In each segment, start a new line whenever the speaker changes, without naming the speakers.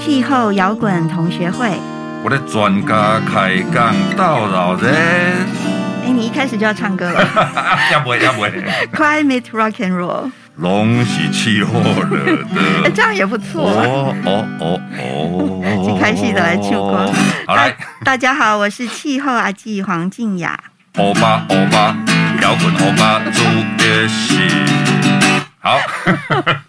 气候摇滚同学会。
我的专家开讲到老人，
哎，你一开始就要唱歌了
也不会也不会，
，Climate Rock and Roll，
拢是气候惹
哎，
的。
这样也不 错。
哦哦哦哦，
请开始的来唱歌
好来，
大家好，我是气候阿纪黄静雅。
欧巴欧巴，摇滚欧巴主的是好，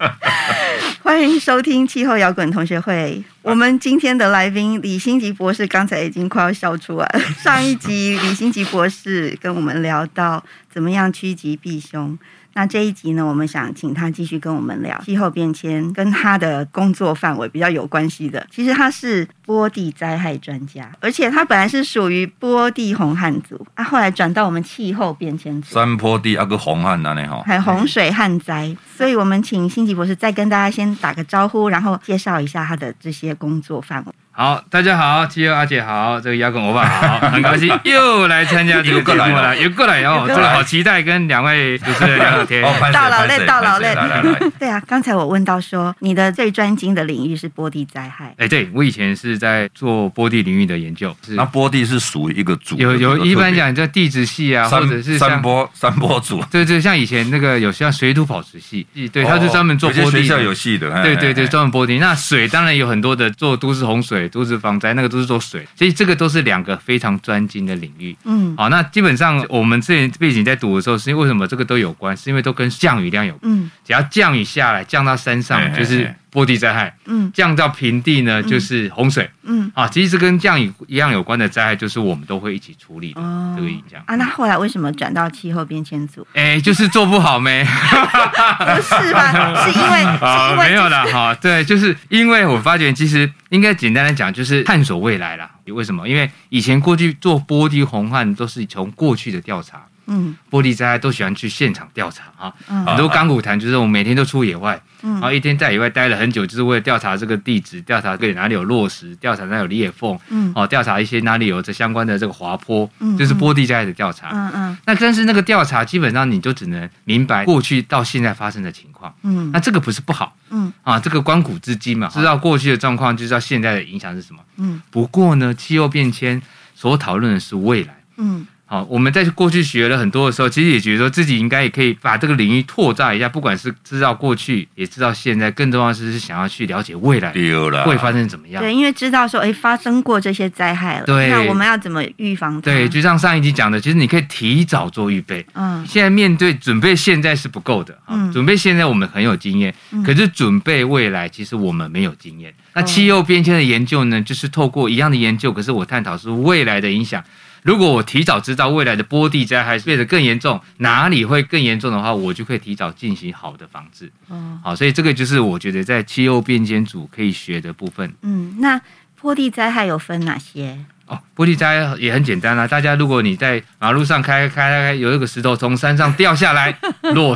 欢迎收听气候摇滚同学会。我们今天的来宾李新吉博士刚才已经快要笑出来了。上一集李新吉博士跟我们聊到怎么样趋吉避凶，那这一集呢，我们想请他继续跟我们聊气候变迁跟他的工作范围比较有关系的。其实他是波地灾害专家，而且他本来是属于波地红汉族，啊，后来转到我们气候变迁组。
山坡地啊个红汉安尼吼，
啊
还有洪水旱 灾，所以我们请辛吉博士再跟大家先打个招呼，然后介绍一下他的这些工作范围。
好，大家好，七友阿姐好，这个摇滚欧巴好，很高兴又来参加 这个节目了，又过来哦，
又过来
真的好期待跟两位主持人聊 聊天。
哦，拍手
到老
拍手
嘞到老嘞
拍手来来来，
对啊，刚才我问到说，你的最专精的领域是波地灾害，
哎，对我以前是在做波地领域的研究，是
那坡地是属于一个组，
有有
比较特别
一般讲叫地质系啊，或者
山
是
山
像
坡山坡组，
对对，像以前那个有像水土保持系，对，他
哦
是专门做
有些
波地
学校
的。
有哎系的，嘿
对对对，
嘿
专门波地。那水当然有很多的，做都市洪水、都市防灾，那个都是做水，所以这个都是两个非常专精的领域。
嗯
好，那基本上我们之前背景在读的时候，是因为为什么这个都有关？是因为都跟降雨量有关。
嗯
只要降雨下来，降到山
哎哎
上
哎
就是波地灾害，
嗯
降到平地呢就是洪水
嗯，
啊。其实跟降雨一样有关的灾害，就是我们都会一起处理的
哦
这个影响。
啊，那后来为什么转到气候变迁 组？
哎，就是做不好没
不是 吧？是因为是
啊
因，
没
为
有啦，哈，对，就是因为我发觉，其实应该简单的讲，就是探索未来啦。为什么？因为以前过去做波地洪旱都是从过去的调查，
嗯
波地灾害都喜欢去现场调查啊。很
嗯
多钢骨潭就是我们每天都出野外，然后
嗯
一天在野外待了很久，就是为了调查这个地质，调查这里哪里有落石，调查哪里有裂缝，
嗯
哦，调查一些哪里有这相关的这个滑坡
嗯，
就是波地灾害的调查。
嗯嗯
那但是那个调查基本上你就只能明白过去到现在发生的情况，
嗯
那这个不是不好
嗯
啊，这个观古至今嘛，知道过去的状况，就知道现在的影响是什么。
嗯
不过呢，气候变迁所讨论的是未来。
嗯
好，我们在过去学了很多的时候，其实也觉得说自己应该也可以把这个领域拓展一下，不管是知道过去，也知道现在，更重要的是是想要去了解未来
对啊啦，
会发生怎么样。
对，因为知道说，哎，发生过这些灾害了，
对
那我们要怎么预防它？
对，就像上一集讲的，其实你可以提早做预备。
嗯
现在面对准备现在是不够的，啊
嗯
准备现在我们很有经验，
嗯
可是准备未来其实我们没有经验。那
哦
气候变迁的研究呢，就是透过一样的研究，可是我探讨是未来的影响。如果我提早知道未来的波地灾害变得更严重，哪里会更严重的话，我就可以提早进行好的防治。
哦
好，所以这个就是我觉得在气候变迁组可以学的部分。
嗯，那坡地灾害有分哪些？
哦，波地灾害也很简单啦、啊大家如果你在马路上开开开开，有一个石头从山上掉下来 落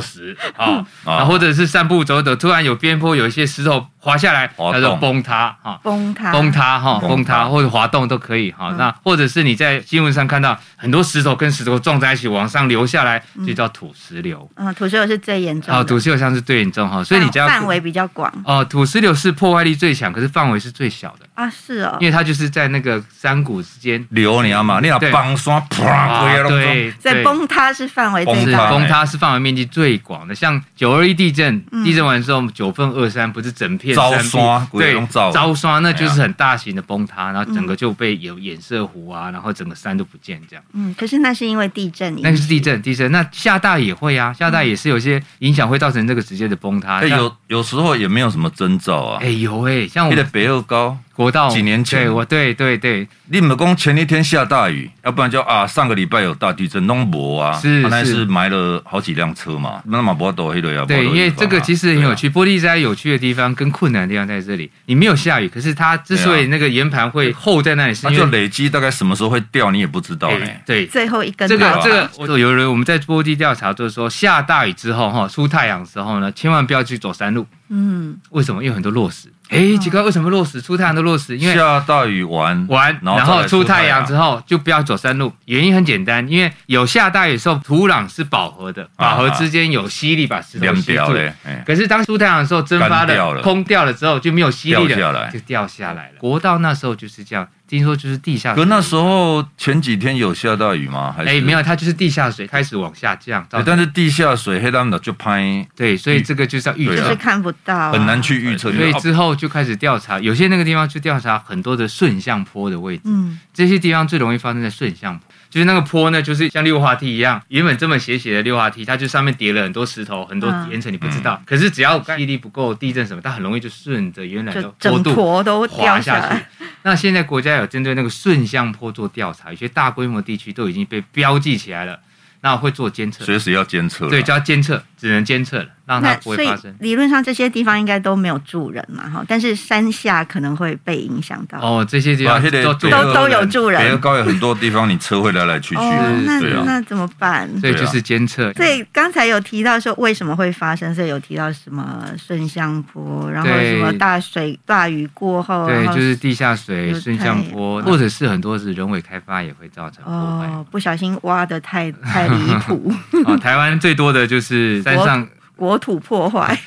石啊、哦，
啊
啊，或者是散步走走，突然有边坡有一些石头滑下来，
滑
它
动
就崩塌哈。
崩塌，
崩塌哈，
嗯
崩塌或者滑动都可以哈。
哦嗯
那或者是你在新闻上看到很多石头跟石头撞在一起往上流下来，就叫土石流。
嗯，土石流是最严重的，
哦，土石流像是最严重哈，所以你只要
嗯范围比较广
哦，土石流是破坏力最强，可是范围是最小的，
啊，是哦
因，为它就是在那个山谷之间
流年嘛，你若
对
崩山啪
啊
飞拢
对，
所以
对
崩塌是范围最
是
崩塌
大，
崩塌是范围面积最广的，像九二一地震
嗯，
地震完之后九份二山不是整片
糟
山壁
山整个
对
都糟了哎嗯
糟刷，那就是很大型的崩塌，然后整个就被有衍射湖啊，然后整个山都不见这样。
嗯，可是那是因为地震，
那个是地，震，地震那下大也会啊，下大也是有些影响会造成这个直接的崩塌。
哎，
像
有有时候也没有什么征兆啊
哎。有啊哎，像我
你的
们
北二高，
国道
几年前
对我对对对
你们讲前一天下大雨，要不然就啊上个礼拜有大地震，弄博啊，
是
啊那
是
是埋了好几辆车嘛，那马博多黑的呀。没
对，
办法啊
因为这个其实很有。趣，玻璃灾有趣的地方跟困难的地方在这里，你没有下雨，可是它之所以那个岩盘会厚在那里，是
对啊那
因
啊就
为
累积，大概什么时候会掉，你也不知道呢。
哎对，
最后一根
这
稻
个
草
啊这个，我有人我们在波地调查，就是说下大雨之后哈，出太阳的时候呢，千万不要去走山路。
嗯
为什么？因为很多落石。哎，奇怪，为什么落石出太阳都落石？因为
下大雨完
完，
啊然后
然
再来
后出太
太
阳
阳
之后就不要走山路。原因很简单，因为有下大雨的时候，土壤是饱和的，
啊
饱和之间有吸力把石头
凉
吸
掉
住。
嘞，哎
可是当出太阳的时候，蒸发
干掉了
了，空掉了之后就没有吸力
掉下
了
来，
就掉下来了。国道那时候就是这样，听说就是地下水。
可那时候前几天有下大雨吗？还是
哎，没有，它就是地下水开始往下降。
哎？但是地下水黑蓝岛就拍，
对，所以哦这个就是要预
对
就
啊
测
是。看不到，
很难去预测。
所
就
以
是哦
之后就开始调查，有些那个地方去调查很多的顺向坡的位置，
嗯，
这些地方最容易发生在顺向坡，就是那个坡呢，就是像溜滑梯一样，原本这么斜斜的溜滑梯，它就上面叠了很多石头、很多
嗯
岩层，你不知道。可是只要地力不够、地震什么，它很容易就顺着原来
就
的坡
整
度
坨都
滑
掉
下
下
去
来，。
那现在国家有针对那个顺向坡做调查，有些大规模地区都已经被标记起来了，那会做监测，
随时要监测啦。
对，就要监测，只能监测了，让它
那
不
所
会
以
发生。
理论上这些地方应该都没有住人嘛，哈，但是山下可能会被影响到。
哦，这些地方
啊那个
都
对
都都有住
北二
人
高有很多地方，你车会来来去去
哦，那
的，对啊。
那怎么办？
所以就是监测。
所以刚才有提到说为什么会发生，所以有提到什么顺向坡，然后
对
什么大水大雨过后，
对
然，后
就是地下水、
有
顺向
太
坡，
嗯
或者是很多是人为开发也会造成破坏。
哦，不小心挖的太太离谱，
哦，台湾最多的就是山上，
国土破坏，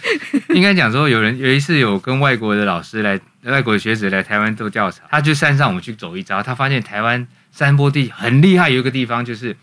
应该讲说有人有一次有跟外国的老师来，外国的学者来台湾做调查，他去山上我们去走一遭，他发现台湾山坡地很厉害，有一个地方就是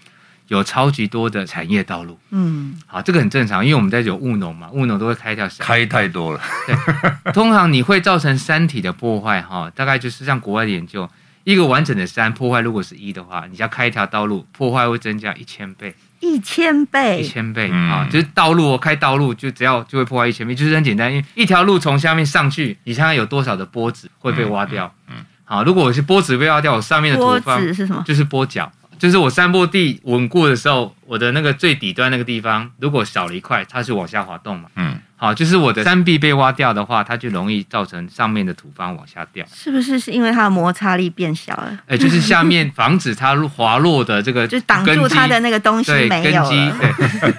有超级多的产业道路。
嗯，
好，这个很正常，因为我们在有务农嘛，务农都会开一条山。
开太多了，
通常你会造成山体的破坏哈，大概就是像国外的研究，一个完整的山破坏如果是一的话，你要开一条道路，破坏会增加一千倍，
一千
一
倍，
千倍
嗯
啊、就是道路哦开道路就只要就会破坏一千倍，就是很简单，因为一条路从下面上去，你看看有多少的波子会被挖掉，
嗯嗯嗯
好，如果我是波子被挖掉，我上面的
波
土方
子是什么？
就是波角，就是我山坡地稳固的时候，我的那个最底端那个地方如果少了一块，它是往下滑动嘛。
嗯，
好，就是我的山壁被挖掉的话，它就容易造成上面的土方往下掉。
是不是是因为它的摩擦力变小了，
哎，就是 下面防止它滑落的这个
就挡住
根基
它的那个东西
对根
没有
基
了？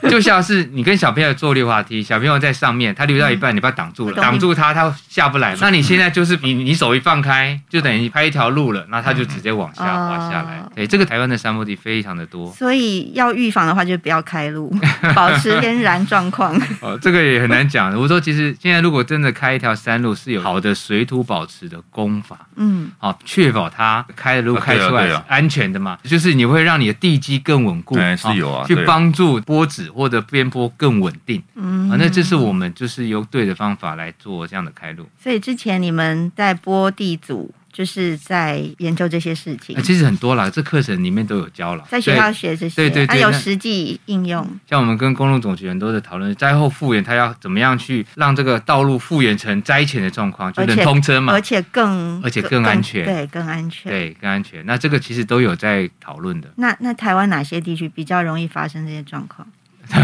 对，就像是你跟小朋友坐溜滑梯，小朋友在上面，他溜到一半，你把他挡住了，
我懂
挡住他，他下不来
嗯
嘛。那你现在就是你你手一放开，就等于拍一条路了，那他就直接往下滑下来
嗯哦。
对，这个台湾的山坡地非常的多，
所以要预防的话，就不要开 路，保持天然状况。
哦，这个也很难讲。我说，其实现在如果真的开一条山路，是有好的水土保持的工法。
嗯，
好、啊确保它开的路
啊
开
对
出
啊
来
对
是
啊
安全的嘛，就是你会让你的地基更稳固，
哎是有啊
哦
去
对啊
帮助波子或者边坡更稳定、
嗯
啊。那这是我们就是由对的方法来做这样的开路。
所以之前你们在播地组，就是在研究这些事情
啊、，其实很多啦，这课程里面都有教了，
在学校学这些，
对对对
还有
那
实际应用。
像我们跟公路总局很多的讨论，灾后复原，它要怎么样去让这个道路复原成灾前的状况，就
而且
能通车嘛
而，且更
而且更安全
对，更安全。
对，更安全。那这个其实都有在讨论 的。
那那台湾哪些地区比较容易发生这些状况？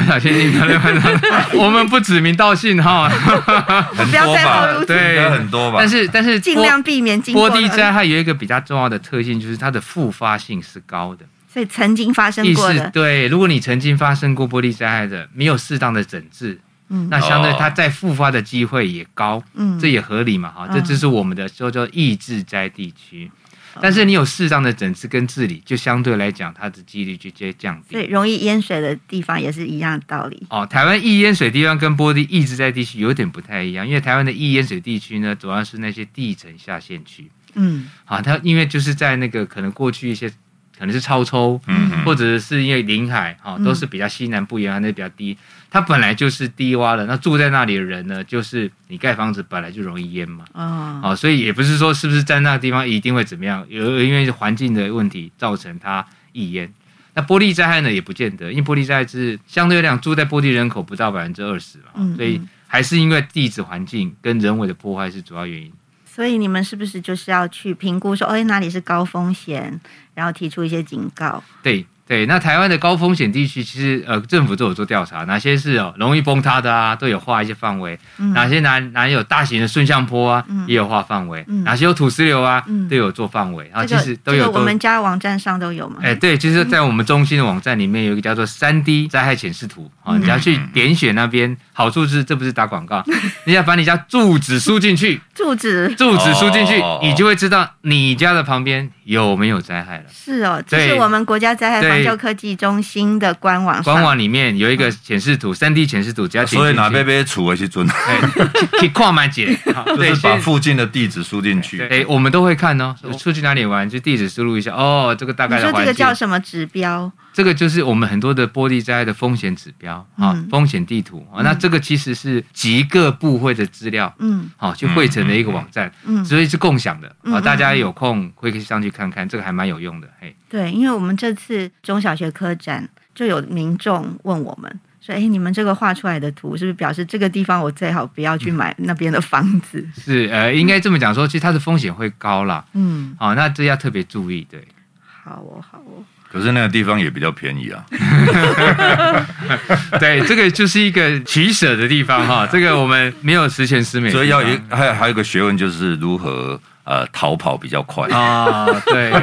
小心你不要乱 说我们不指名道姓 哈，
很
不要
多
再暴
吧
露，
对
应该很多吧
但。是但是
尽量避免经
波
过
呃地
的
灾害有一个比较重要的特性，就是它的复发性是高的。
所以曾经发生
意
过
识
的，
对，如果你曾经发生过波地灾害的，没有适当的整治，
嗯
那相对
哦
它再复发的机会也高，
嗯
这也合理嘛哈。
嗯
这就是我们的说叫抑制灾地区。
嗯
但是你有适当的整治跟治理，就相对来讲，它的几率就直接降低。
所以容易淹水的地方也是一样的道理。
哦，台湾易淹水地方跟波地一直在地区有点不太一样，因为台湾的易淹水地区呢，主要是那些地层下陷区。
嗯，
啊，它因为就是在那个可能过去一些可能是超抽，
嗯嗯
或者是因为临海哈、
嗯
都是比较西南部沿岸那比较低，它本来就是低洼的，那住在那里的人呢，就是你盖房子本来就容易淹嘛。
哦，
哦，所以也不是说是不是在那个地方一定会怎么样，有因为环境的问题造成它易淹。那玻璃灾害呢，也不见得，因为玻璃灾害是相对来讲住在玻璃人口不到百分之二十嘛，
嗯
所以
嗯
还是因为地质环境跟人为的破坏是主要原因。
所以你们是不是就是要去评估说，哎，哪里是高风险，然后提出一些警告？
对对，那台湾的高风险地区，其实呃政府都有做调查，哪些是哦容易崩塌的啊，都有划一些范围；
嗯
哪些哪哪有大型的顺向坡啊，
嗯
也有划范围；
嗯
哪些有土石流啊，
嗯
都有做范围。然后
这
啊其
个
实都有
这
都
个我们家网站上都有嘛？
哎，对，其实，在我们中心的网站里面有一个叫做三 D 灾害显示图啊，
嗯
你要去点选那边，好处是这不是打 广告，你要把你家住址输进去，
住址
住址输进去
哦，
你就会知道你家的旁边有没有灾害了。
是哦，这
对
是我们国家灾害防
对
救科技中心的官网上
官网里面有一个显示图，三 D 显示图，只要点
所以
进
哪
去
边边处的时阵，
哎， 去看满姐，好
就是把
先
附近的地址输进去。
哎，我们都会看哦，出去哪里玩，就地址输入一下，哦，这个大
你
概
说
的
这
环
个
境，
叫什么指标？
这个就是我们很多的玻璃灾害的风险指标啊
嗯，
风险地图啊，那这个其实是几个部会的资料。
嗯
好，去汇成的一个网站，
嗯，
所以是共享的
嗯
啊，
嗯
大家有空会可以上去看看，这个还蛮有用的。嘿，
对，因为我们这次中小学科展就有民众问我们说：“哎，你们这个画出来的图是不是表示这个地方我最好不要去买那边的房子
是呃，应该这么讲说，其实它的风险会高啦。？”
嗯，
好，那这要特别注意，对。
好哦，好哦，
可是那个地方也比较便宜啊。
对，这个就是一个取舍的地方哈，这个我们没有十全十美
所
的地方，
以要有一还有还有一个学问就是如何呃逃跑比较快。
啊、 对，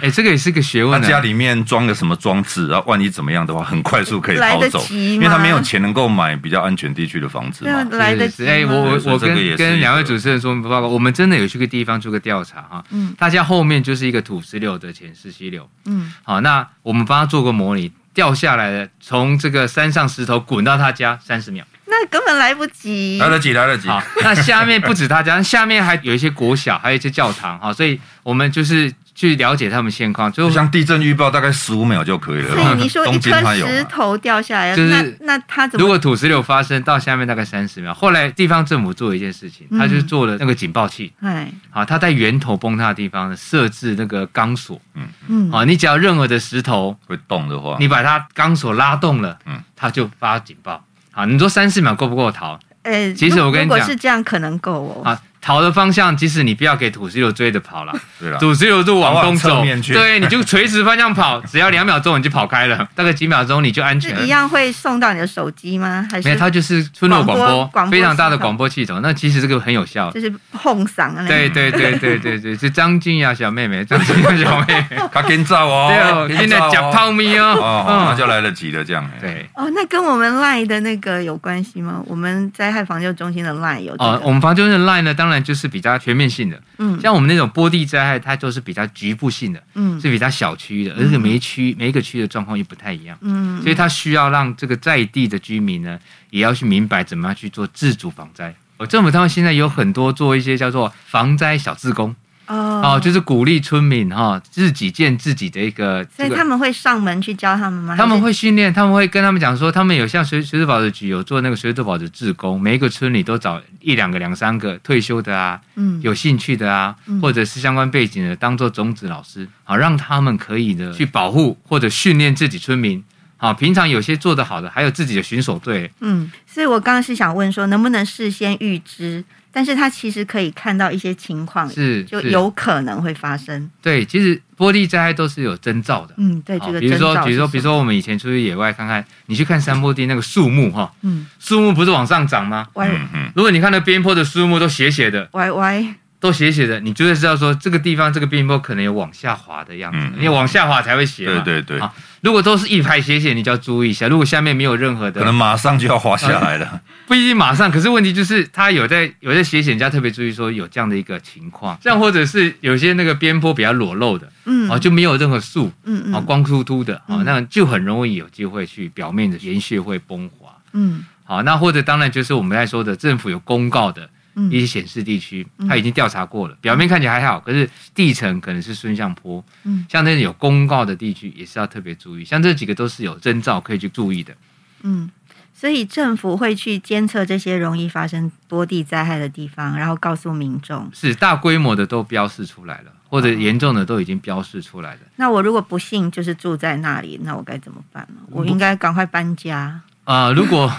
哎，这个也是个学
他
问、
家
啊。
里面装个什么装置，然后万一怎么样的话，很快速可以
来
逃
得
走，
及
因
吗
为他没有钱能够买比较安全地区的房子
对啊，
嘛。
来得
是
及
是哎，我
吗
我
所以
我
这个也是一
跟跟
个
两位主持人说报告，我们真的有去个地方做个调查哈，
嗯
他家后面就是一个土石流的前世溪流，
嗯
好，那我们帮他做过模拟，掉下来的从这个山上石头滚到他家三十秒，
那根本来不及
来。得及，来得及。
好，那下面不止他家， 下面还有一些国小，还有一些教堂哈，所以我们就是去了解他们现况，就
像地震预报大概十五秒就可以了。
所以你 说一
东京
颗
它有嘛啊
石头掉下来，
就是
那那他怎
如
么？
果土石流发生到下面大概三十秒，后来地方政府做了一件事情，
嗯
他就做了那个警报器，
哎，
好，他在源头崩塌的地方呢设置那个钢索，
嗯，
好，你只要任何的石头，
会动的话，
你把它钢索拉动了，
嗯
它就发警报。好，你说三十秒够不够逃？
呃，
其实
如
我跟你
如果
讲
是这样，可能够哦。
啊，逃的方向，即使你不要给土石流追着跑 了，
对了，
土石流就往东
啊往侧
走
面，去
对，你就垂直方向跑， 只要两秒钟你就跑开 了，大概几秒钟你就安全了
是一。样会送到你的手机吗？还
没有，
是
它就是村落广
广播广播
非常大的
系统
广播系统。那其实这个很有效，
就是碰嗓啊？
对对对对对对，是张静雅小妹妹，张静雅小妹妹，
他跟照哦，
对哦，
紧
现
走
在
哦
讲泡面
哦，那
哦，
就来得及了，这样。
嗯，，对。
哦，那跟我们 LINE 的那个有关系吗？我们灾害防救中心的 LINE 有这
哦，
个，
我们防救的 line 呢，当然就是比较全面性的，
嗯
像我们那种波地灾害，它就是比较局部性的，
嗯
是比较小区的，而且每一区每一个区的状况又不太一样，
嗯，
所以它需要让这个在地的居民呢，也要去明白怎么样去做自主防灾。哦，政府他们现在有很多做一些叫做防灾小自工，哦，
哦，
就是鼓励村民哈、自己建自己的一个，
所以
这个
他们会上门去教他们吗？
他们
还
会训练，他们会跟他们讲说，他们有像水水土保持局有做那个水土保持志工，每一个村里都找一两个、两三个退休的啊，
是嗯
有兴趣的啊，
嗯
或者是相关背景的，当做种子老师，好让他们可以
嗯
的去保护或者训练自己村民。好，平常有些做得好的，还有自己的巡守队，
嗯，所以我刚刚是想问说，能不能事先预知？但是他其实可以看到一些情况，
是
嗯就是有可能会发生。
对，其实玻璃灾害都是有征兆的。
嗯，对，这
好
个
哦比如
征
说，
兆
比如说，
是
比如
什么，
说，我们以前出去野外看看，你去看山坡地那个树木哈，
嗯，
树木不是往上涨吗？
歪
嗯嗯，
如果你看到边坡的树木都斜斜的，
歪歪，
都斜斜的，你就会知道说这个地方这个边坡可能有往下滑的样子，
嗯
因为往下滑才会斜
对
嘛。
对对，
好如果都是一排斜斜，你就要注意一下。如果下面没有任何的，
可能马上就要滑下来了。
不一定马上，可是问题就是它有在有在斜斜，你就要特别注意说有这样的一个情况。这样或者是有些那个边坡比较裸露的，
嗯，
哦，就没有任何树，
嗯
哦，
嗯
光秃秃的，哦
嗯，
那就很容易有机会去表面的岩屑会崩滑。
嗯
好，那或者当然就是我们在说的，政府有公告的
嗯
一些显示地区
嗯，
它已经调查过了，表面看起来还好，可是地层可能是顺向坡，
嗯
像那种有公告的地区也是要特别注意，像这几个都是有征兆可以去注意的。
嗯，所以政府会去监测这些容易发生多地灾害的地方，然后告诉民众。
是大规模的都标示出来了，或
哦
者严重的都已经标示出来了。
那我如果不幸就是住在那里，那我该怎么办呢？我应该赶快搬家。
啊、如 果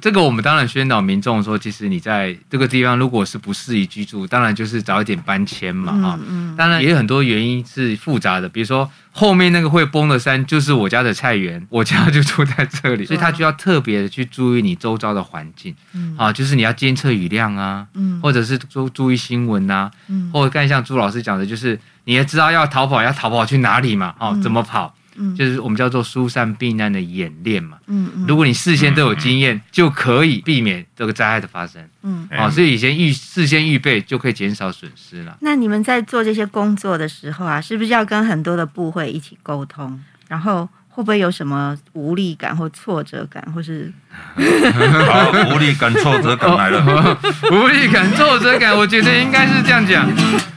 这个我们当然宣导民众说，其实你在这个地方如果是不适宜居住，当然就是早一点搬迁嘛啊、
嗯
当然也有很多原因是复杂的，比如说后面那个会崩的山就是我家的菜园，我家就住在这 里，所以他就要特别的去注意你周遭的环境
嗯
啊，就是你要监测雨量啊，
嗯
或者是注注意新闻呐、
嗯
或者更像朱老师讲的，就是你也知道要逃跑要逃跑去哪里嘛，哦，
嗯
怎么跑，
嗯
就是我们叫做疏散避难的演练嘛。
嗯嗯
如果你事先都有经验，就可以避免这个灾害的发生。
嗯。
哎
哦，所以以前预事先预备就可以减少损失了。
那你们在做这些工作的时候啊，是不是要跟很多的部会一起沟通？然后会不会有什么无力感或挫折感，或是
好，无力感、挫折感 来了。
无力感、挫折感，我觉得应该是这 样讲，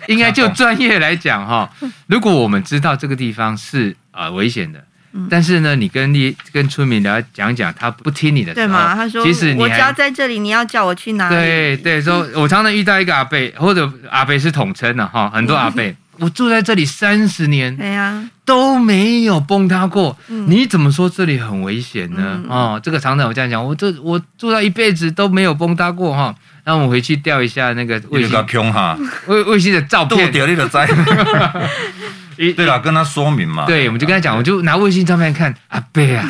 应该就专业来讲哈、如果我们知道这个地方是啊、呃危险的
嗯，
但是呢，你跟你跟村民聊讲一讲，他不听你的时
对
候，
吗？他说
呃哦其实你
我只要
还
在这里，你要叫我去哪里？
对对，说我常常遇到一个阿伯，或者阿伯是统称的哈，很多阿伯，
嗯
我住在这里三十年，
对呀、
都没有崩塌过，
嗯
你怎么说这里很危险呢？
嗯
哦，这个厂长我这样讲，我这我住到一辈子都没有崩塌过哈。那我们回去调一下那个
你
卫
就给他
星
恐吓，
卫卫星的照
剁
片，
掉你就知。
一
对啦，跟他说明嘛。哎
对，我们就跟他讲，我就拿卫星照片看，阿伯 啊，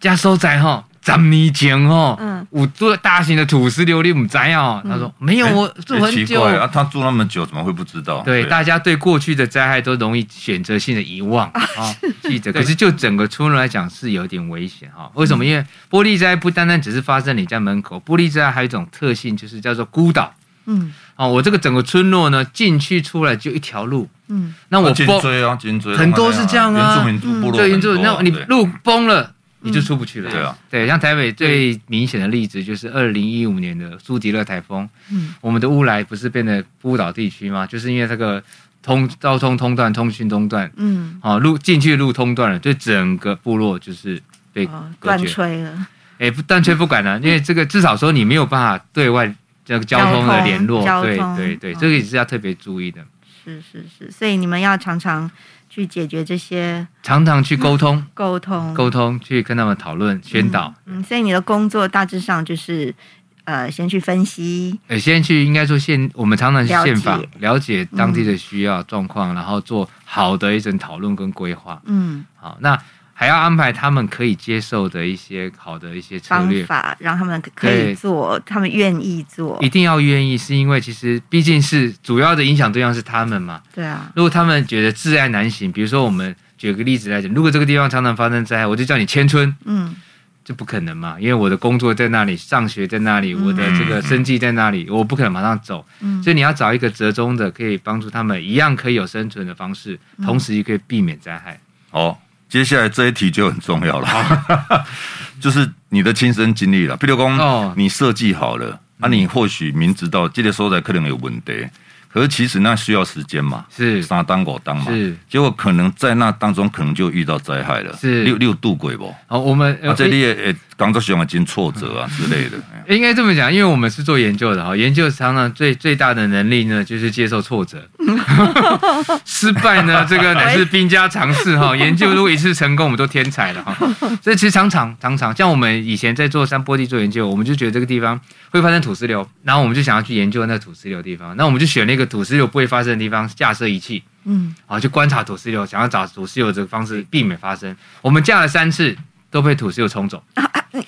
家收宅哈，十年前哦，
嗯
我做大型的土石流，你唔知道哦。他说没有，
哎
我住
哎
很
奇
久。
怪啊，他住那么久，怎么会不知道？
对，
啊
大家对过去的灾害都容易选择性的遗忘啊、记着。可是嗯就整个村落来讲是有点危险哈、为什么？因为玻璃灾不单单只是发生你家门口，玻璃灾还有一种特性就是叫做孤岛
嗯
啊、我这个整个村落呢，进去出来就一条路，
嗯
那我
颈
崩，
椎啊，颈椎
很多是这样啊
原住民族部落
对，
很
原
多
住
啊，
那你
对
路崩了。你就出不去了，
对啊，
对，像台北最明显的例子就是二零一五年的苏迪勒台风，
嗯
我们的乌来不是变得孤岛地区吗？就是因为这个通交通通断、通讯中断，
嗯，
啊，路进去路通断了，就整个部落就是被
哦
隔
断
绝。
吹了，
哎、不，但却不管
嗯
了、因为这个至少说你没有办法对外这个交通的联络
交，通
对
交通
对对，
嗯
这个也是要特别注意的，
是是是，所以你们要常常去解决这些
常常
嗯
去沟通，
沟通
沟通去跟他们讨论宣导。
嗯，所以你的工作大致上就是呃，先去分析，
呃，先去应该说宪，我们常常去
了解
宪法了解当地的需要状况，然后做好的一种讨论跟规划。
嗯，
好，那还要安排他们可以接受的一些好的一些策
方
略，
法让他们可以
对
做，他们愿意做
一，定要愿意，是因为其实毕竟是主要的影响对象是他们嘛。
对啊，
如果他们觉得挚爱难行，比如说我们举个例子来讲，如果这个地方常常发生灾害，我就叫你迁村，
嗯
这不可能嘛，因为我的工作在那里，上学在那里，
嗯
我的这个生计在那里，我不可能马上走，
嗯，
所以你要找一个折中的，可以帮助他们一样可以有生存的方式，同时也可以避免灾害。
好，哦接下来这一题就很重要了， 就是你的亲身经历了。比如
哦
讲，你设计好了，那你或许明知道这个所在可能有问题，可是其实那需要时间嘛，
嗯
是
三当五当嘛
是，
结果可能在那当中可能就遇到灾害了，
是
六六度鬼不？
好，我们、呃
啊，这里也工作上已经挫折啊之类的，哎
应该这么讲，因为我们是做研究的哈，研究常常最最大的能力呢，就是接受挫折， 失败呢，这个乃是兵家常事哈。研究如果一次成功，我们都天才了哈。所以其实常常常常，像我们以前在做山坡地做研究，我们就觉得这个地方会发生土石流，然后我们就想要去研究那土石流的地方，那我们就选了一个土石流不会发生的地方架设仪器，
嗯
啊，去观察土石流，想要找土石流的方式避免发生。我们架了三次，都被土石流冲走。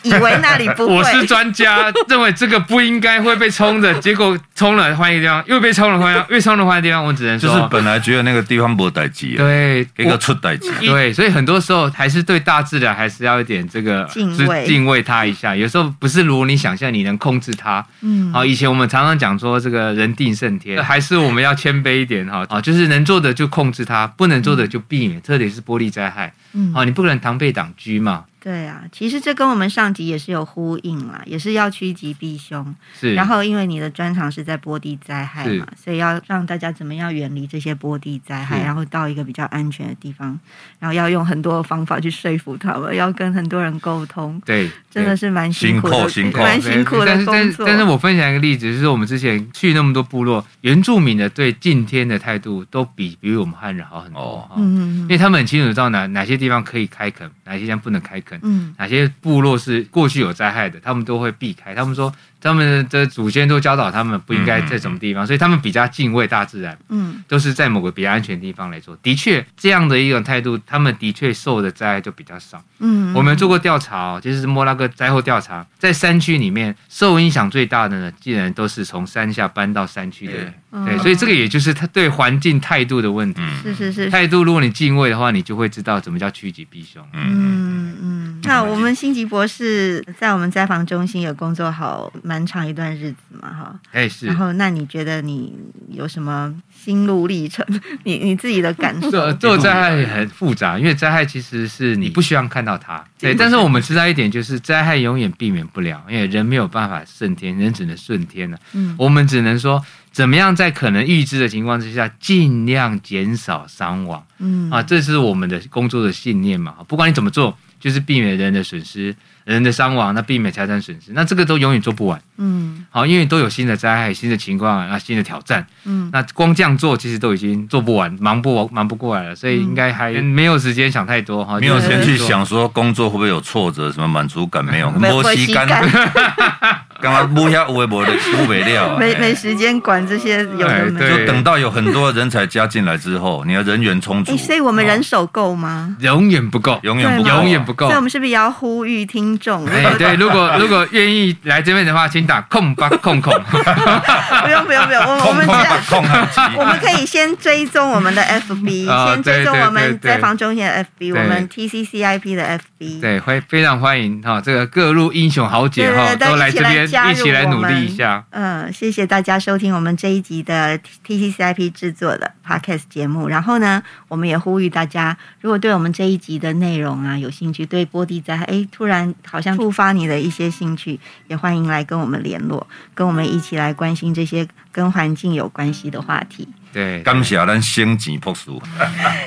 以为那里不会，
我是专家，认为这个不应该会被冲的，结果冲了换一个地方，又被冲了换一个地方，又被冲了换一个地方，我只 能
就
说，
是本来觉得那个地方没代志啊，
对
一个
我
啊出代志。
对，所以很多时候还是对大自然还是要一点这个
敬
是
畏
敬畏它一下。有时候不是如你想象，你能控制它。
嗯
好，以前我们常常讲说这个人定胜天，还是我们要谦卑一点哈。啊，就是能做的就控制它，不能做的就避免，特别是玻璃灾害。
嗯
啊，你不能螳臂挡车嘛，
对啊，其实这跟我们上集也是有呼应啦，也是要趋吉避凶。
是。
然后，因为你的专长是在波地灾害嘛，所以要让大家怎么样远离这些波地灾害，
是
然后到一个比较安全的地方，然后要用很多方法去说服他们，要跟很多人沟通，
对，
真的
对
是蛮辛苦的，
辛苦辛苦
蛮辛苦的
但是但
工
是
作。
但是我分享一个例子，就是我们之前去那么多部落，原住民的对敬天的态度都比比我们汉人好很多。
哦
哦
嗯
因为他们很清楚知道哪哪些地方可以开垦，哪些地方不能开坑，
嗯
哪些部落是过去有灾害的，他们都会避开。他们说他们的祖先都教导他们不应该在什么地方，所以他们比较敬畏大自然，
嗯
都是在某个比较安全的地方来做。的确，这样的一种态度，他们的确受的灾害就比较少。
嗯，
我们做过调查、哦，就是莫拉克灾后调查，在山区里面受影响最大的呢，竟然都是从山下搬到山区的人。
嗯
对，所以这个也就是他对环境态度的问题。
是
嗯
是是
态度，如果你敬畏的话，你就会知道怎么叫趋吉避凶。
嗯，
嗯嗯，那我们辛吉博士在我们灾防中心也工作好蛮长一段日子嘛，哈。
哎，是
然。后，那你觉得你有什么心路历程？ 你你自己的感受？
做做灾害也很复杂，因为灾害其实是你不希望看到它。对，但是我们知道一点，就是灾害永远避免不了，因为人没有办法胜天，人只能顺天呢、
嗯
我们只能说，怎么样在可能预知的情况之下，尽量减少伤亡
嗯
啊，这是我们的工作的信念嘛。不管你怎么做，就是避免人的损失、人的伤亡，那避免财产损失，那这个都永远做不完。
嗯
好，因为都有新的灾害、新的情况啊、新的挑战。
嗯
那光这样做其实都已经做不完，忙不忙不过来了，所以应该还没有时间想太多
啊
哈。
没有
就是
先去
做，
想说工作会不会有挫折，什么满足感没有，
没有
摸
没
吸
时
干，
间
干嘛摸下微博的 顾不了啊，
没没
哎
时间管这些有
哎
的没
对
的。
就等到有很多人才加进来之后，你的人员充足，
哎，所以我们人
哦
手够吗？
永远不够，
永远
对
不够
吗
啊，
永远不够
所以，我。们是不是也要呼吁听众？
哎，对，如果如果愿意来这边的话，请打空吧 空空。
不用不用不用，我们我
控
们
控
这样
把。控好机，
我们可以先追踪我们的 FB，、
啊
先追踪
对对
我们
对对
在防中心的 FB，
对
我们 TCCIP 的 FB。
对，欢非常欢迎哈，这个各路英雄豪杰哈
对对对
都来这边
一起来加
一
入
起来努
我
力
们
一下。
嗯，谢谢大家收听我们这一集的 TCCIP 制作的 Podcast 节目。然后呢，我们也呼吁大家，如果对我们这一集的内容啊有兴趣，对波地灾害，哎，突然好像触发你的一些兴趣，也欢迎来跟我们联络，跟我们一起来关心这些跟环境有关系的话题。
对，
感谢咱先进朴素，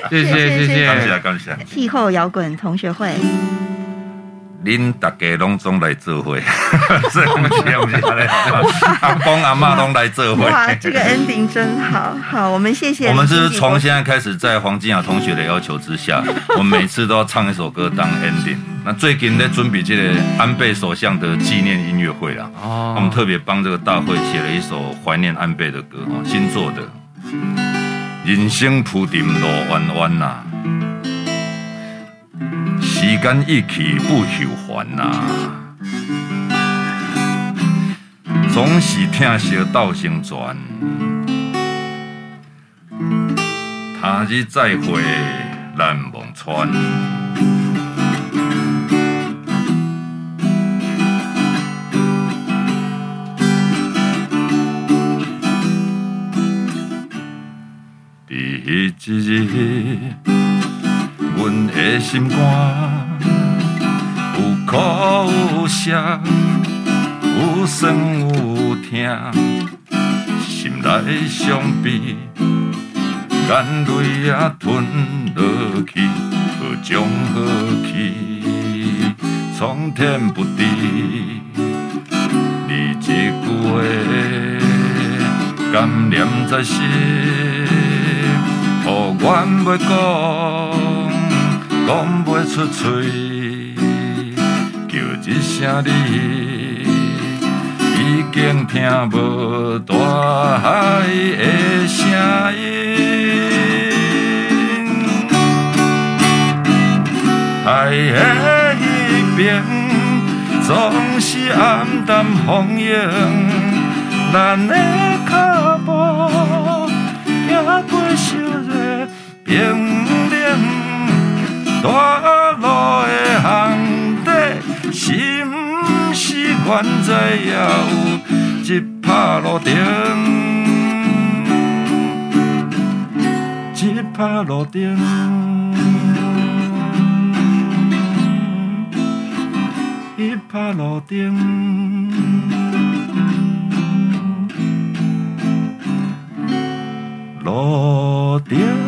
谢谢
谢谢
谢
感谢
谢，
感谢，
气候摇滚同学 会，
恁大家拢总来做伙， 是不是？不是 这样阿公阿妈拢来做伙。
哇，这个 ending 真好，好，我们谢谢。
我们是不是从现在开始，在黄金雅同学的要求 之下，我们每次都要唱一首歌当 ending。那最近在准备这个安倍首相的纪念音乐会啊啦，我们
哦，
特别帮这个大会写了一首怀念安倍的歌哦，新做的。人生铺垫路弯弯呐，时间一去不复还啊呐，总是疼惜道成全。他日再会难忘川。伫迄一日，阮的心肝有苦有涩，有酸有痛，心内伤悲，眼泪也吞落去，何将何去，苍天不敌，你一句话感念在心，互阮袂讲，讲袂出嘴，叫一声你，已经听无大海的声音。海的那边总是暗淡风影，咱的脚步行过昔日冰冷，大路的巷底是毋是原在也有一拍路灯，一拍路灯。一拍路灯。路灯。